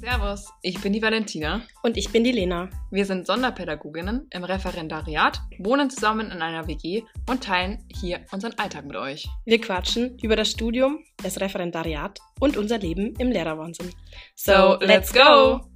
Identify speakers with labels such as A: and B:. A: Servus, ich bin die Valentina.
B: Und ich bin die Lena.
A: Wir sind Sonderpädagoginnen im Referendariat, wohnen zusammen in einer WG und teilen hier unseren Alltag mit euch.
B: Wir quatschen über das Studium, das Referendariat und unser Leben im Lehrerwahnsinn.
A: So, let's go!